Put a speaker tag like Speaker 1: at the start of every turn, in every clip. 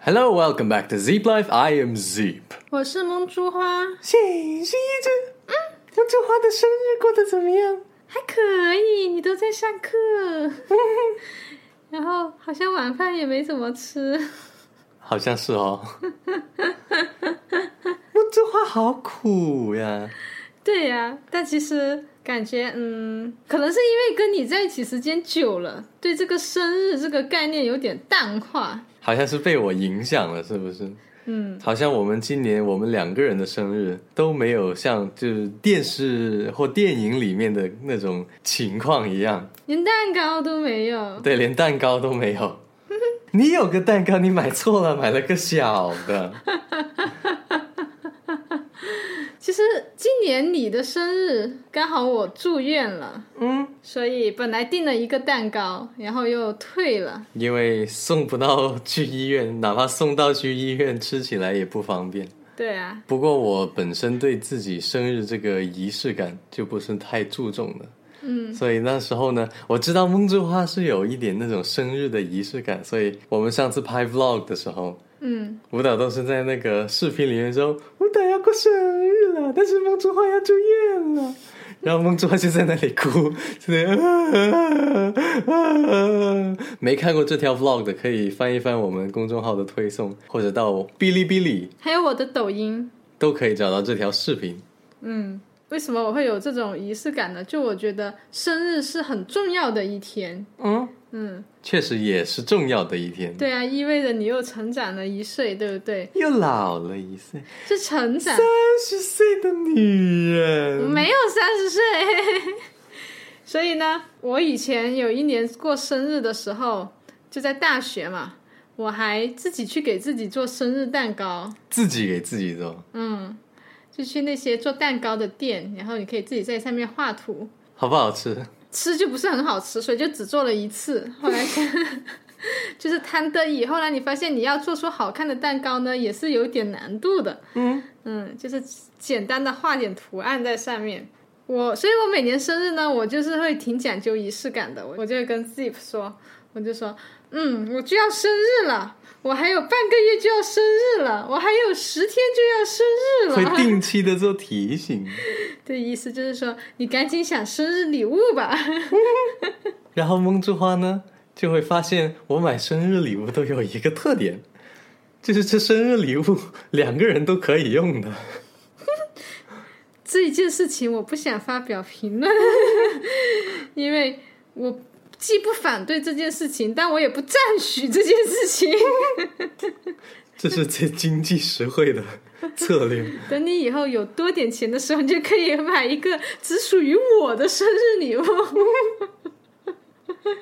Speaker 1: Hello, welcome back to Zeep Life. I am Zeep.
Speaker 2: 我是梦珠花，
Speaker 1: 谢谢一只，嗯，杨志华的生日过得怎么样？
Speaker 2: 还可以，你都在上课，然后好像晚饭也没怎么吃，
Speaker 1: 好像是 哦。杨志华好苦呀。
Speaker 2: 对呀、但其实感觉，嗯，可能是因为跟你在一起时间久了，对这个生日这个概念有点淡化，
Speaker 1: 好像是被我影响了，是不是？
Speaker 2: 嗯，
Speaker 1: 好像我们今年我们两个人的生日都没有像就是电视或电影里面的那种情况一样，
Speaker 2: 连蛋糕都没有，
Speaker 1: 对，连蛋糕都没 有。你有个蛋糕，你买错了，买了个小的。
Speaker 2: 其实今年你的生日刚好我住院了，
Speaker 1: 嗯，
Speaker 2: 所以本来订了一个蛋糕，然后又退了。
Speaker 1: 因为送不到去医院，哪怕送到去医院，吃起来也不方便。
Speaker 2: 对啊，
Speaker 1: 不过我本身对自己生日这个仪式感就不是太注重的，
Speaker 2: 嗯，
Speaker 1: 所以那时候呢，我知道梦之花是有一点那种生日的仪式感，所以我们上次拍 vlog 的时候，
Speaker 2: 嗯，
Speaker 1: 舞蹈都是在那个视频里面说舞蹈要过生日了，但是梦之花要住院了。然后梦之花就在那里哭，就在啊啊啊！没看过这条 vlog 的，可以翻一翻我们公众号的推送，或者到哔哩哔哩
Speaker 2: 还有我的抖音，
Speaker 1: 都可以找到这条视频。
Speaker 2: 嗯，为什么我会有这种仪式感呢？就我觉得生日是很重要的一天，
Speaker 1: 嗯，
Speaker 2: 嗯，
Speaker 1: 确实也是重要的一天，
Speaker 2: 对啊，意味着你又成长了一岁，对不对？
Speaker 1: 又老了一岁，
Speaker 2: 是成长
Speaker 1: 三，十岁的女
Speaker 2: 我
Speaker 1: 人。
Speaker 2: 没有三十岁。 所以呢，我以前有一年过生日的时候，就在大学嘛，我还自己去给自己做生日蛋糕，
Speaker 1: 自己给自己做，
Speaker 2: 嗯，就去那些做蛋糕的店，然后你可以自己在上面画图，
Speaker 1: 好不好吃？
Speaker 2: 吃就不是很好吃，所以就只做了一次。后来 就是贪得意，后来你发现你要做出好看的蛋糕呢，也是有点难度的。
Speaker 1: 嗯
Speaker 2: 嗯，就是简单的画点图案在上面。我，所以我每年生日呢，我就是会挺讲究仪式感的。我我就会跟 Zip 说，我就说，嗯，我就要生日了，我还有半个月就要生日了，我还有十天就要生日了。
Speaker 1: 会定期的做提醒。
Speaker 2: 对，意思就是说，你赶紧想生日礼物吧。
Speaker 1: 然后梦之花呢，就会发现我买生日礼物都有一个特点，就是这生日礼物两个人都可以用的。
Speaker 2: 这一件事情我不想发表评论， 因为我既不反对这件事情，但我也不赞许这件事情。
Speaker 1: 这是最经济实惠的策略。
Speaker 2: 等你以后有多点钱的时候，你就可以买一个只属于我的生日礼物。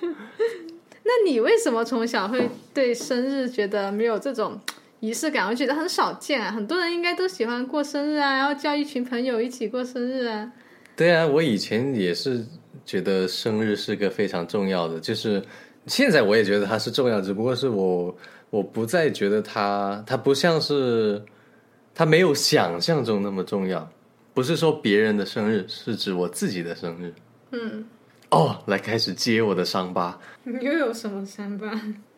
Speaker 2: 那你为什么从小会对生日觉得没有这种仪式感？我觉得很少见啊，很多人应该都喜欢过生日啊，然后叫一群朋友一起过生日啊。
Speaker 1: 对啊，我以前也是觉得生日是个非常重要的，就是现在我也觉得它是重要，只不过是我我不再觉得它，它不像是它没有想象中那么重要。不是说别人的生日，是指我自己的生日。
Speaker 2: 嗯，
Speaker 1: 哦，来开始揭我的伤疤。
Speaker 2: 你又有什么伤疤？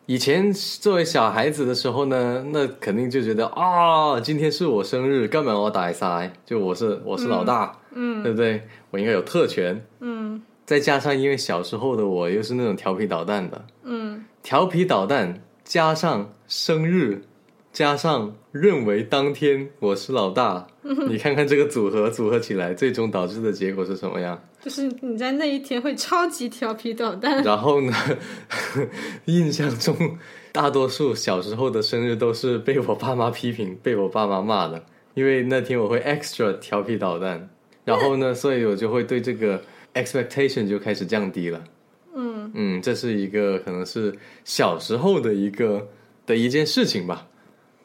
Speaker 1: 以前作为小孩子的时候呢，那肯定就觉得啊、今天是我生日，干嘛我打塞？就我是我是老大，
Speaker 2: 嗯
Speaker 1: 对不对？我应该有特权。
Speaker 2: 嗯
Speaker 1: 再加上因为小时候的我又是那种调皮捣蛋的，
Speaker 2: 嗯
Speaker 1: 调皮捣蛋加上生日，加上认为当天我是老大，你看看这个组合组合起来，最终导致的结果是什么样？
Speaker 2: 就是你在那一天会超级调皮捣蛋，
Speaker 1: 然后呢， 印象中大多数小时候的生日都是被我爸妈批评、被我爸妈骂的，因为那天我会 extra 调皮捣蛋，然后 呢，所以我就会对这个 expectation 就开始降低了。
Speaker 2: 嗯
Speaker 1: 嗯，这是一个可能是小时候的一个的一件事情吧。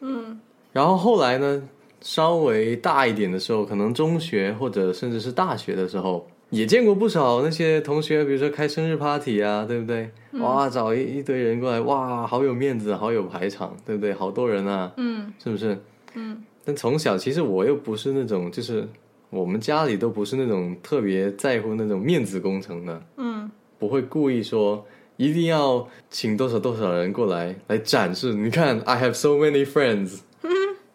Speaker 2: 嗯
Speaker 1: 然后后来呢，稍微大一点的时候，可能中学或者甚至是大学的时候，也见过不少那些同学，比如说开生日 party 啊，对不对？哇，找一一堆人过来，哇，好有面子，好有排场，对不对？好多人啊，
Speaker 2: 嗯
Speaker 1: 是不是？
Speaker 2: 嗯
Speaker 1: 但从小其实我又不是那种，就是我们家里都不是那种特别在乎那种面子工程的，
Speaker 2: 嗯
Speaker 1: 不会故意说一定要请多少多少人过来来展示。你看，I have so many friends，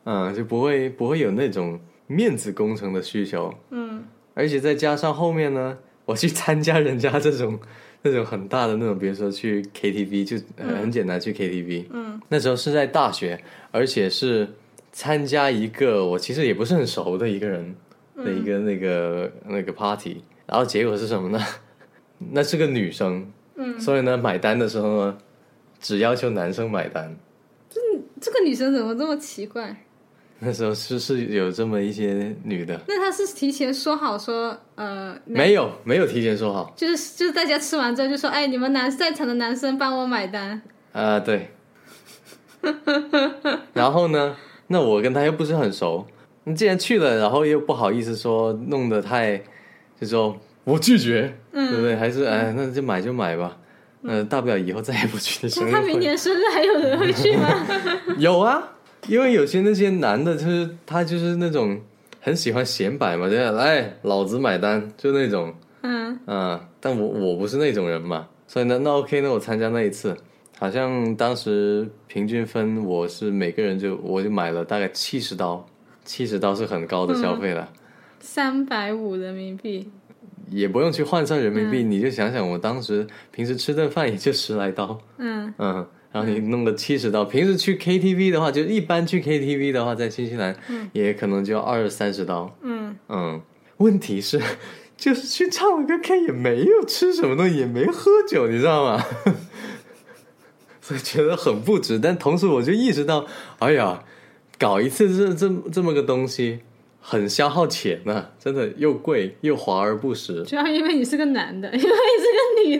Speaker 1: 嗯，就不会不会有那种面子工程的需求。
Speaker 2: 嗯，
Speaker 1: 而且再加上后面呢，我去参加人家这种那种很大的那种，比如说去 KTV，就呃很简单去 KTV。
Speaker 2: 嗯，
Speaker 1: 那时候是在大学，而且是参加一个我其实也不是很熟的一个人
Speaker 2: 嗯
Speaker 1: 的一个那个、那个 party，然后结果是什么呢？ 那是个女生，
Speaker 2: 嗯，
Speaker 1: 所以呢，买单的时候呢，只要求男生买单。
Speaker 2: 这个女生怎么这么奇怪？
Speaker 1: 那时候是是有这么一些女的，
Speaker 2: 那她是提前说好说，呃，男
Speaker 1: 没有没有提前说好，
Speaker 2: 就是就是大家吃完之后就说，哎，你们男在场的男生帮我买单。
Speaker 1: 啊，对。 然后呢，那我跟他又不是很熟，那既然去了，然后又不好意思说，弄得太，就说我拒绝，
Speaker 2: 嗯
Speaker 1: 对不对？还是哎，那就买就买吧，嗯、大不了以后再也不去你生
Speaker 2: 那
Speaker 1: 日
Speaker 2: 她明
Speaker 1: 会。
Speaker 2: 年生日还有人会去吗？
Speaker 1: 有啊，因为有些那些男的，就是他就是那种很喜欢显摆嘛，这样来老子买单，就那种。
Speaker 2: 嗯
Speaker 1: 嗯，但我我不是那种人嘛，所以呢，那 OK，那我参加那一次，好像当时平均分我是每个人就我就买了大概七十刀，七十刀是很高的消费了，
Speaker 2: 三百五人民币，
Speaker 1: 也不用去换算人民币，你就想想我当时平时吃顿饭也就十来刀，
Speaker 2: 嗯
Speaker 1: 嗯，然后你弄个七十刀，平时去 KTV 的话，就一般去 KTV 的话，在新西兰、也可能就二三十刀，
Speaker 2: 嗯，
Speaker 1: 嗯，问题是， 就是去唱了个 K 也没有吃什么东西，也没喝酒，你知道吗？ 所以觉得很不值。但同时我就意识到，哎呀，搞一次这这这么个东西，很消耗钱呢、真的又贵又华而不实
Speaker 2: 主要因为你是个男的，因为你是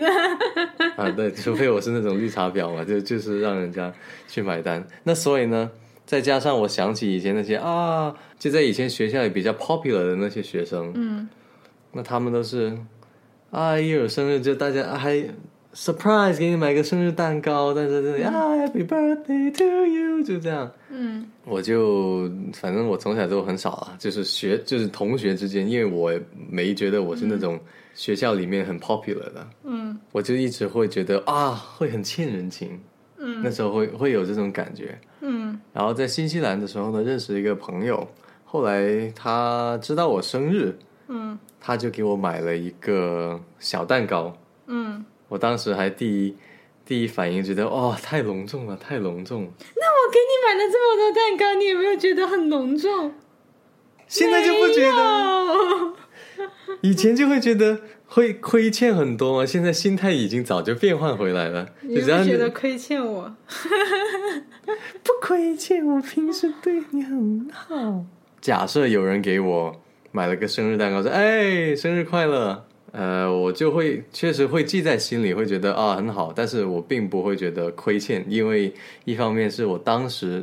Speaker 2: 个女的，
Speaker 1: 啊。对，除非我是那种绿茶婊嘛，就就是让人家去买单。那所以呢？再加上我想起以前那些啊，就在以前学校里比较 popular 的那些学生，
Speaker 2: 嗯
Speaker 1: 那他们都是啊，一有生日就大家啊还 surprise 给你买个生日蛋糕，但是这里啊 Happy birthday to you 就这样。
Speaker 2: 嗯
Speaker 1: 我就反正我从小都很少啊，就是学就是同学之间，因为我没觉得我是那种学校里面很 popular 的，
Speaker 2: 嗯
Speaker 1: 我就一直会觉得啊会很欠人情，
Speaker 2: 嗯
Speaker 1: 那时候会会有这种感觉。
Speaker 2: 嗯
Speaker 1: 然后在新西兰的时候呢，认识一个朋友，后来他知道我生日，
Speaker 2: 嗯
Speaker 1: 他就给我买了一个小蛋糕。
Speaker 2: 嗯。
Speaker 1: 我当时还第一第一反应觉得，哦，太隆重了，太隆重了。
Speaker 2: 那我给你买了这么多蛋糕，你有没有觉得很隆重？
Speaker 1: 现在就不觉得，
Speaker 2: 哦，
Speaker 1: 以前就会觉得会亏欠很多嘛，现在心态已经早就变换回来了。
Speaker 2: 你
Speaker 1: 就只
Speaker 2: 有没
Speaker 1: 要
Speaker 2: 有
Speaker 1: 你
Speaker 2: 觉得亏欠我？
Speaker 1: 不亏欠，我平时对你很好。假设有人给我买了个生日蛋糕，说：“哎，生日快乐。”呃，我就会确实会记在心里，会觉得啊很好，但是我并不会觉得亏欠，因为一方面是我当时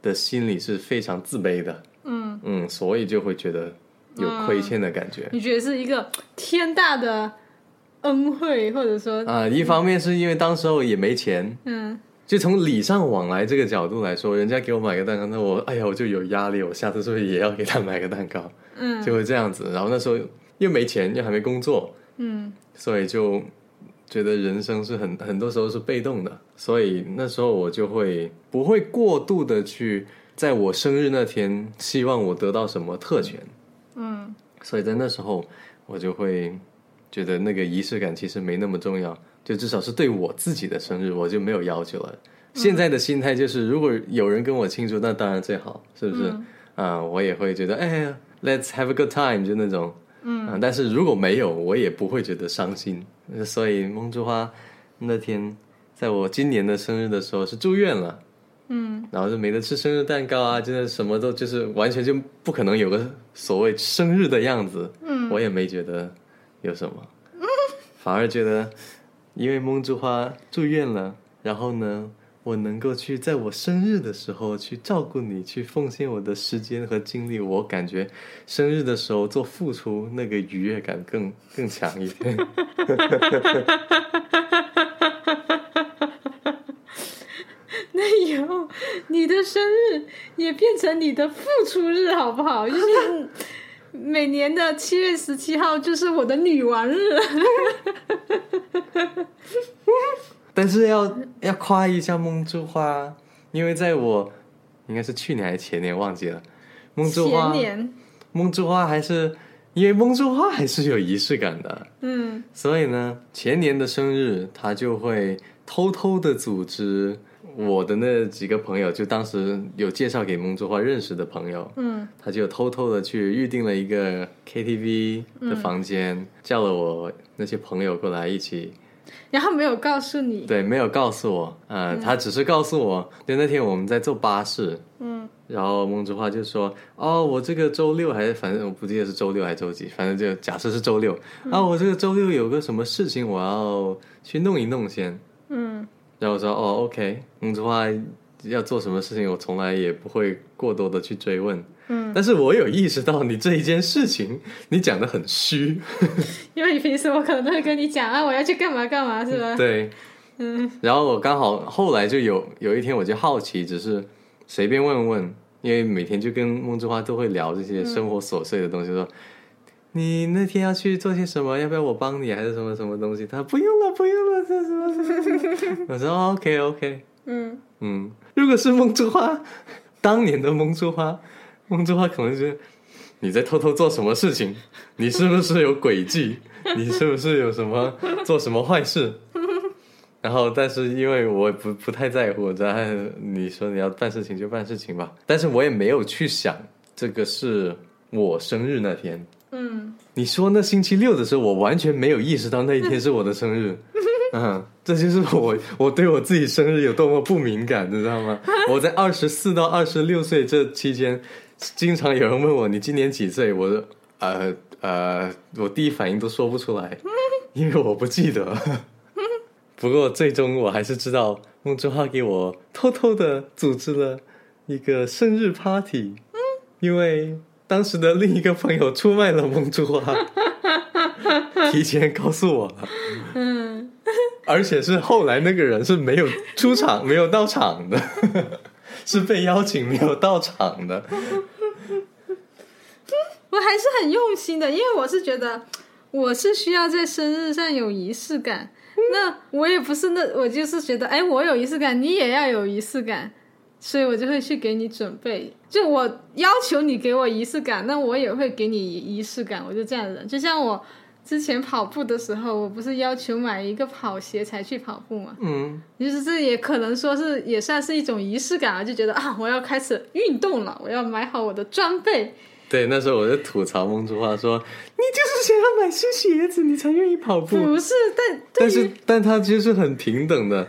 Speaker 1: 的心里是非常自卑的，
Speaker 2: 嗯，
Speaker 1: 嗯，所以就会觉得有亏欠的感觉。
Speaker 2: 你觉得是一个天大的恩惠，或者说，
Speaker 1: 啊、一方面是因为当时候也没钱，
Speaker 2: 嗯
Speaker 1: 就从礼尚往来这个角度来说，人家给我买个蛋糕，那我哎呀我就有压力，我下次是不是也要给他买个蛋糕？
Speaker 2: 嗯
Speaker 1: 就会这样子。然后那时候又没钱，又还没工作，
Speaker 2: 嗯
Speaker 1: 所以就觉得人生是很很多时候是被动的。所以那时候我就会不会过度的去在我生日那天希望我得到什么特权。
Speaker 2: 嗯
Speaker 1: 所以在那时候我就会觉得那个仪式感其实没那么重要，就至少是对我自己的生日我就没有要求了。现在的心态就是，如果有人跟我庆祝，那当然最好，是不是？啊、我也会觉得，哎呀，Let's have a good time，就那种。
Speaker 2: 嗯
Speaker 1: 啊但是如果没有，我也不会觉得伤心。呃所以梦之花那天在我今年的生日的时候是住院了，
Speaker 2: 嗯
Speaker 1: 然后就没得吃生日蛋糕啊，真的什么都就是完全就不可能有个所谓生日的样子。
Speaker 2: 嗯，
Speaker 1: 我也没觉得有什么，反而觉得因为梦之花住院了，然后呢，我能够去在我生日的时候去照顾你，去奉献我的时间和精力，我感觉生日的时候做付出那个愉悦感更更强一点。
Speaker 2: 那以后你的生日也变成你的付出日，好不好？就是每年的七月十七号就是我的女王日，
Speaker 1: 但是要要夸一下梦之花，因为在我应该是去年还是前年忘记了，梦之
Speaker 2: 前
Speaker 1: 花，
Speaker 2: 年，
Speaker 1: 梦之花还是因为梦之花还是有仪式感的，
Speaker 2: 嗯，
Speaker 1: 所以呢，前年的生日，他就会偷偷的组织我的那几个朋友，就当时有介绍给梦之花认识的朋友，
Speaker 2: 嗯，
Speaker 1: 他就偷偷的去预定了一个 KTV 的房间，叫了我那些朋友过来一起。
Speaker 2: 然后没有告诉你，
Speaker 1: 对，没有告诉我，呃，他只是告诉我，就那天我们在坐巴士，
Speaker 2: 嗯，
Speaker 1: 然后梦之花就说：“哦，我这个周六还是反正我不记得是周六还是周几，反正就假设是周六、
Speaker 2: 嗯
Speaker 1: 啊，我这个周六有个什么事情，我要去弄一弄先。
Speaker 2: 嗯，”
Speaker 1: 然后我说：“哦，OK。”梦之花要做什么事情，我从来也不会过多的去追问。
Speaker 2: 嗯，
Speaker 1: 但是我有意识到你这一件事情，你讲的很虚，
Speaker 2: 因为你平时我可能都会跟你讲啊，我要去干嘛干嘛，是吧？
Speaker 1: 对，嗯。然后我刚好后来就有有一天我就好奇，只是随便问问，因为每天就跟梦之花都会聊这些生活琐碎的东西，说你那天要去做些什么，要不要我帮你，还是什么什么东西？他不用了，不用了，这什么什么什么。我说 OK OK，
Speaker 2: 嗯，
Speaker 1: 嗯，如果是梦之花，当年的梦之花，梦之花可能是你在偷偷做什么事情？你是不是有诡计？ 你是不是有什么做什么坏事？然后，但是因为我不不太在乎，然后你说你要办事情就办事情吧。但是我也没有去想这个是我生日那天。
Speaker 2: 嗯，
Speaker 1: 你说那星期六的时候，我完全没有意识到那一天是我的生日。嗯，这就是我我对我自己生日有多么不敏感，你知道吗？我在二十四到二十六岁这期间，经常有人问我你今年几岁，我说呃呃，我第一反应都说不出来，因为我不记得。不过最终我还是知道，梦之花给我偷偷的组织了一个生日 party。因为当时的另一个朋友出卖了梦珠 花，提前告诉我了，
Speaker 2: 嗯，
Speaker 1: 而且是后来那个人是没有出场、没有到场的， 是被邀请没有到场的。
Speaker 2: 我还是很用心的，因为我是觉得我是需要在生日上有仪式感。那我也不是那，我就是觉得，哎，我有仪式感，你也要有仪式感，所以我就会去给你准备。就我要求你给我仪式感，那我也会给你仪式感。我就这样的人，就像我之前跑步的时候，我不是要求买一个跑鞋才去跑步嘛？
Speaker 1: 嗯，
Speaker 2: 就是这也可能说是也算是一种仪式感啊，就觉得啊，我要开始运动了，我要买好我的装备，
Speaker 1: 对，那时候我就吐槽梦珠花说：“你就是想要买新鞋子，你才愿意跑步。”
Speaker 2: 不是，但对
Speaker 1: 但
Speaker 2: 于
Speaker 1: 是，但他就是很平等的，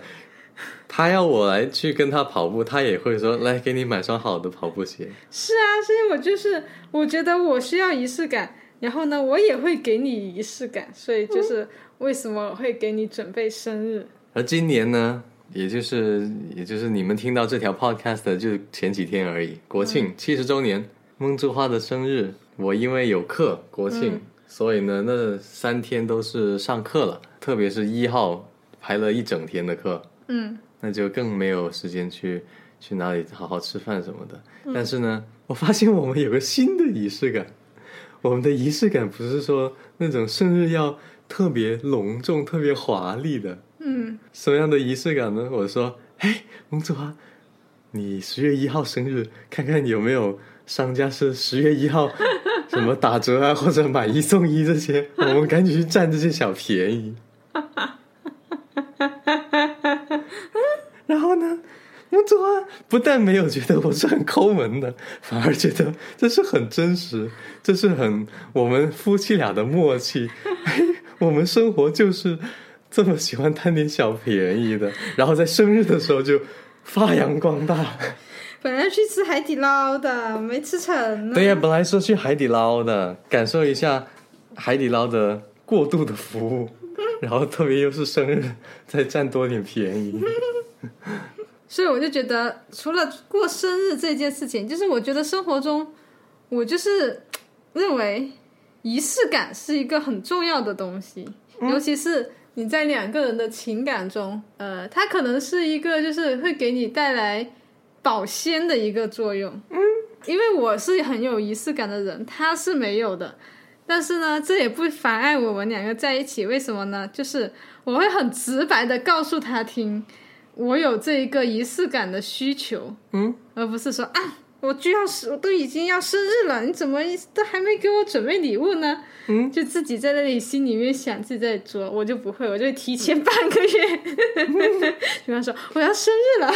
Speaker 1: 他要我来去跟他跑步，他也会说：“来，给你买双好的跑步鞋。”
Speaker 2: 是啊，所以我就是我觉得我需要仪式感，然后呢，我也会给你仪式感，所以
Speaker 1: 嗯
Speaker 2: 就是为什么我会给你准备生日，
Speaker 1: 而今年呢，也就是也就是你们听到这条 podcast 的就前几天而已，国庆七十周年，梦之花的生日，我因为有课，国庆，所以呢那三天都是上课了，特别是一号排了一整天的课，
Speaker 2: 嗯，
Speaker 1: 那就更没有时间去去哪里好好吃饭什么的。但是呢，我发现我们有个新的仪式感。我们的仪式感不是说那种生日要特别隆重、特别华丽的，
Speaker 2: 嗯，
Speaker 1: 什么样的仪式感呢？我说，哎，蒙子华，你十月一号生日，看看有没有商家是十月一号什么打折啊，或者买一送一这些，我们赶紧去占这些小便宜。 然后呢，蒙子华不但没有觉得我是很抠门的，反而觉得这是很真实，这是很我们夫妻俩的默契。我们生活就是这么喜欢贪点小便宜的，然后在生日的时候就发扬光大。
Speaker 2: 本来去吃海底捞的，没吃成呢。
Speaker 1: 对呀、本来说去海底捞的，感受一下海底捞的过度的服务，然后特别又是生日，再占多点便宜。
Speaker 2: 所以我就觉得，除了过生日这件事情，就是我觉得生活中，我就是认为仪式感是一个很重要的东西，尤其是你在两个人的情感中，呃，它可能是一个就是会给你带来保鲜的一个作用。嗯，因为我是很有仪式感的人，他是没有的。但是呢，这也不妨碍我们两个在一起。为什么呢？就是我会很直白的告诉他听，我有这一个仪式感的需求，
Speaker 1: 嗯，
Speaker 2: 而不是说啊，我就要是我都已经要生日了，你怎么都还没给我准备礼物呢？
Speaker 1: 嗯，
Speaker 2: 就自己在那里心里面想，自己在作，我就不会，我就提前半 个月，比方说我要生日了，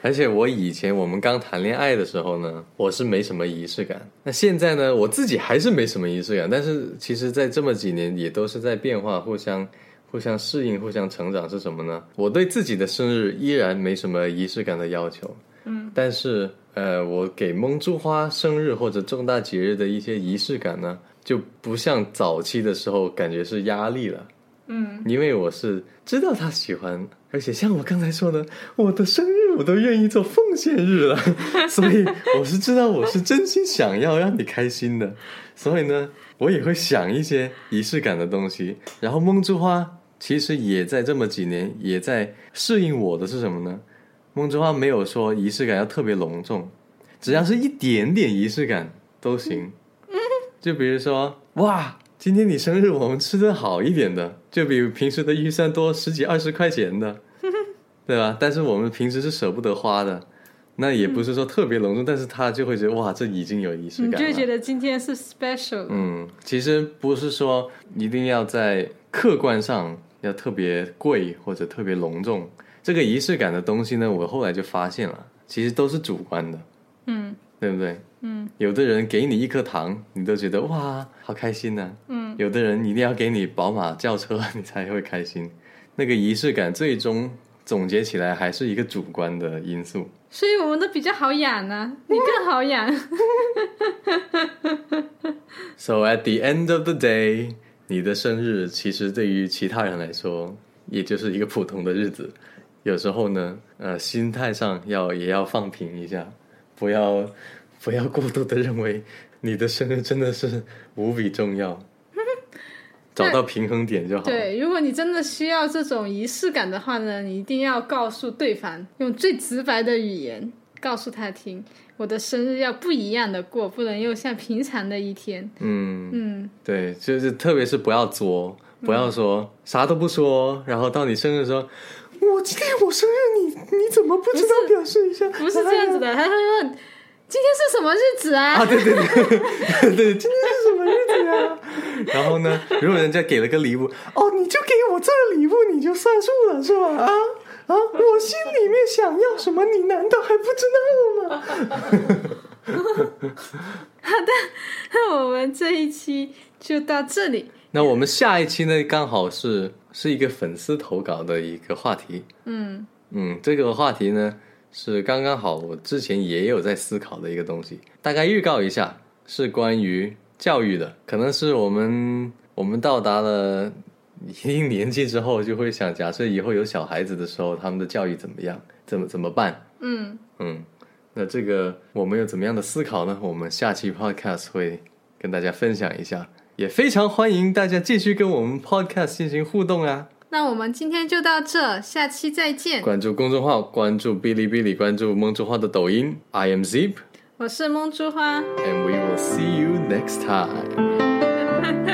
Speaker 1: 而且我以前我们刚谈恋爱的时候呢，我是没什么仪式感。那现在呢，我自己还是没什么仪式感，但是其实，在这么几年也都是在变化，互相互相适应，互相成长是什么呢？我对自己的生日依然没什么仪式感的要求，嗯，但是呃，我给蒙珠花生日或者重大节日的一些仪式感呢，就不像早期的时候感觉是压力了。因为我是知道他喜欢，而且像我刚才说的，我的生日我都愿意做奉献日了， 所以我是知道我是真心想要让你开心的，所以呢，我也会想一些仪式感的东西。然后梦之花其实也在这么几年也在适应我的是什么呢？梦之花没有说仪式感要特别隆重，只要是一点点仪式感都行。就比如说，哇，今天你生日，我们吃顿好一点的，就比平时的预算多十几二十块钱的， 对吧？但是我们平时是舍不得花的，那也不是说特别隆重，但是他就会觉得哇，这已经有仪式
Speaker 2: 你
Speaker 1: 感了。
Speaker 2: 嗯就觉得今天是 special，
Speaker 1: 嗯，其实不是说一定要在客观上要特别贵或者特别隆重，这个仪式感的东西呢，我后来就发现了，其实都是主观的，
Speaker 2: 嗯
Speaker 1: 对不对？
Speaker 2: 嗯，
Speaker 1: 有的人给你一颗糖，你都觉得哇，好开心呐、啊
Speaker 2: 嗯，
Speaker 1: 有的人一定要给你宝马轿车，你才会开心。那个仪式感最终总结起来还是一个主观的因素。
Speaker 2: 所以我们都比较好养呢、你更好养。
Speaker 1: So at the end of the day，你的生日其实对于其他人来说，也就是一个普通的日子。有时候呢，呃，心态上要也要放平一下，不要不要过度的认为你的生日真的是无比重 要，找到平衡点就好。
Speaker 2: 对，如果你真的需要这种仪式感的话呢，你一定要告诉对方，用最直白的语言告诉他听，我的生日要不一样的过，不能又像平常的一天。
Speaker 1: 嗯，
Speaker 2: 嗯，
Speaker 1: 对，就是特别是不要作，不要说、啥都不说，然后到你生日的时候，我今天我生日，你你怎么不知道表示一下？
Speaker 2: 不是这样子的，他会问今天是什么日子啊？
Speaker 1: 啊，对对 对对，今天是什么日子呀、然后呢，如果人家给了个礼物，哦，你就给我这个礼物，你就算数了是吧？啊啊，我心里面想要什么，你难道还不知道吗？
Speaker 2: 那 我们这一期就到这里。
Speaker 1: 那我们下一期呢，刚好是是一个粉丝投稿的一个话题。
Speaker 2: 嗯
Speaker 1: 嗯，这个话题呢是刚刚好，我之前也有在思考的一个东西，大概预告一下，是关于教育的，可能是我们我们到达了一定年纪之后，就会想，假设以后有小孩子的时候，他们的教育怎么样，怎么怎么办？
Speaker 2: 嗯，
Speaker 1: 嗯，那这个我们有怎么样的思考呢？我们下期 podcast 会跟大家分享一下，也非常欢迎大家继续跟我们 podcast 进行互动啊。
Speaker 2: 那我们今天就到这，下期再见。
Speaker 1: 关注公众号，关注哔哩哔哩，关注梦之花的抖音，I am Zip，and
Speaker 2: 我是梦珠花，
Speaker 1: we will see you next time。